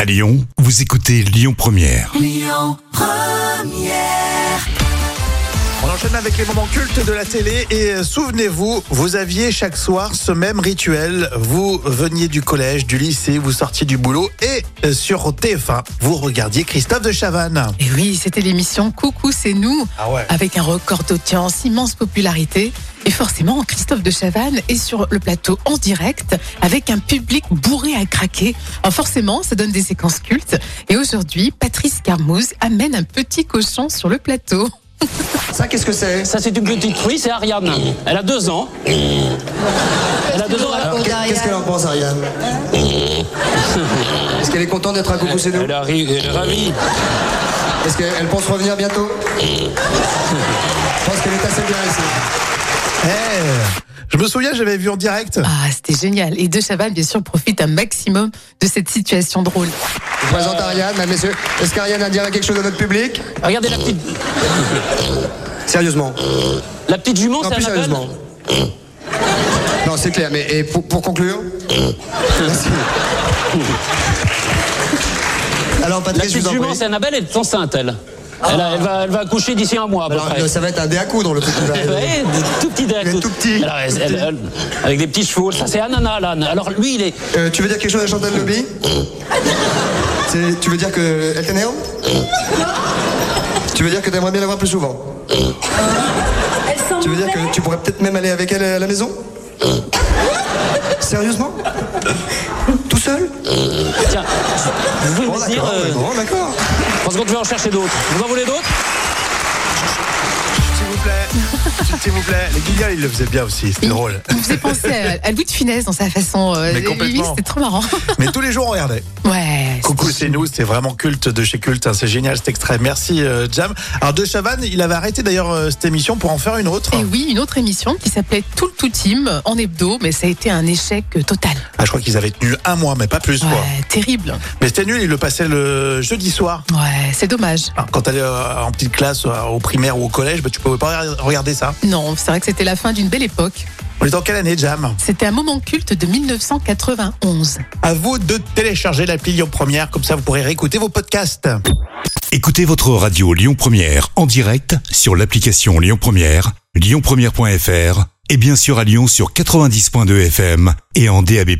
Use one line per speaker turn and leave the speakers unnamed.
À Lyon, vous écoutez Lyon Première.
On enchaîne avec les moments cultes de la télé et euh, souvenez-vous, vous aviez chaque soir ce même rituel. Vous veniez du collège, du lycée, vous sortiez du boulot et euh, sur TF1, vous regardiez Christophe de Chavannes.
Et oui, c'était l'émission Coucou, c'est nous,
Ah ouais.
avec un record d'audience, immense popularité. Et forcément, Christophe de Chavannes est sur le plateau en direct, avec un public bourré à craquer. Alors forcément, ça donne des séquences cultes. Et aujourd'hui, Patrice Carmouze amène un petit cochon sur le plateau.
Ça, qu'est-ce que c'est
Ça, c'est une petite truie, c'est Ariane. Elle a deux ans. Elle a deux ans. elle-
Qu'est-ce qu'elle en pense, Ariane Est-ce qu'elle est contente d'être à Coucou C'est nous
Elle arrive, elle est ravie.
Est-ce qu'elle pense revenir bientôt Je pense qu'elle est assez bien ici.
Eh, je me souviens, j'avais vu en direct.
Ah, c'était génial. Et de Chavannes, bien sûr, profite un maximum de cette situation drôle.
Je vous présente Ariane, mesdames, messieurs. Est-ce qu'Ariane a dire quelque chose à notre public
Euh, Regardez la petite,
Sérieusement
la petite jument,
Non,
c'est
plus
Annabelle.
sérieusement. Non, c'est clair, mais et pour, pour conclure Merci. Alors,
La
Patrice, je
petite
vous en
jument,
prie.
c'est Annabelle, elle est enceinte, elle. Elle, a- elle va, elle va accoucher d'ici un mois à peu
Alors,
près.
ça va être un dé à coudre, le truc qui va
Eh
arriver.
ben, des tout petit
Il est tout petit.
Alors, elle- elle- elle- avec des petits chevaux. Ça, c'est Anana, l'âne. Alors, lui, il est.
Euh, tu veux dire quelque chose à Chantal Lobby C'est- Tu veux dire que elle t'énerve Tu veux dire que t'aimerais bien la voir plus souvent Tu veux dire que tu pourrais peut-être même aller avec elle à la maison Sérieusement Tout seul
Tiens, vous pouvez
Bon
me dire.
d'accord,
euh,
ouais, bon d'accord.
Je pense qu'on devait en chercher d'autres. Vous en voulez d'autres
S'il vous plaît, s'il vous plaît. Les Guignols, ils le faisaient bien aussi, c'était drôle.
Il me faisait penser à, à Louis de Funès dans sa façon. euh,
Mais
lui,
complètement.
c'était trop marrant.
Mais tous les jours, on regardait.
Ouais.
Coucou, c'est nous, c'est vraiment culte de chez Culte. hein, C'est génial cet extrait. Merci, euh, Jam. Alors, De Chavannes, il avait arrêté d'ailleurs euh, cette émission pour en faire une autre.
Et Eh oui, une autre émission qui s'appelait Tout le Tout Team en hebdo, mais ça a été un échec euh, total.
Ah, je crois qu'ils avaient tenu un mois, mais pas plus,
Ouais,
quoi.
terrible.
Mais c'était nul, il le passait le jeudi soir.
Ouais, c'est dommage.
Alors, quand t'allais euh, en petite classe, euh, au primaire ou au collège, bah, tu pouvais pas re- regarder ça.
Non, c'est vrai que c'était la fin d'une belle époque.
On est en quelle année, Jam
C'était un moment culte de 1991.
À vous de télécharger l'appli Lyon Première, comme ça vous pourrez réécouter vos podcasts.
Écoutez votre radio Lyon Première en direct sur l'application Lyon Première, lyonpremière.fr et bien sûr à Lyon sur 90.2 FM et en DAB+.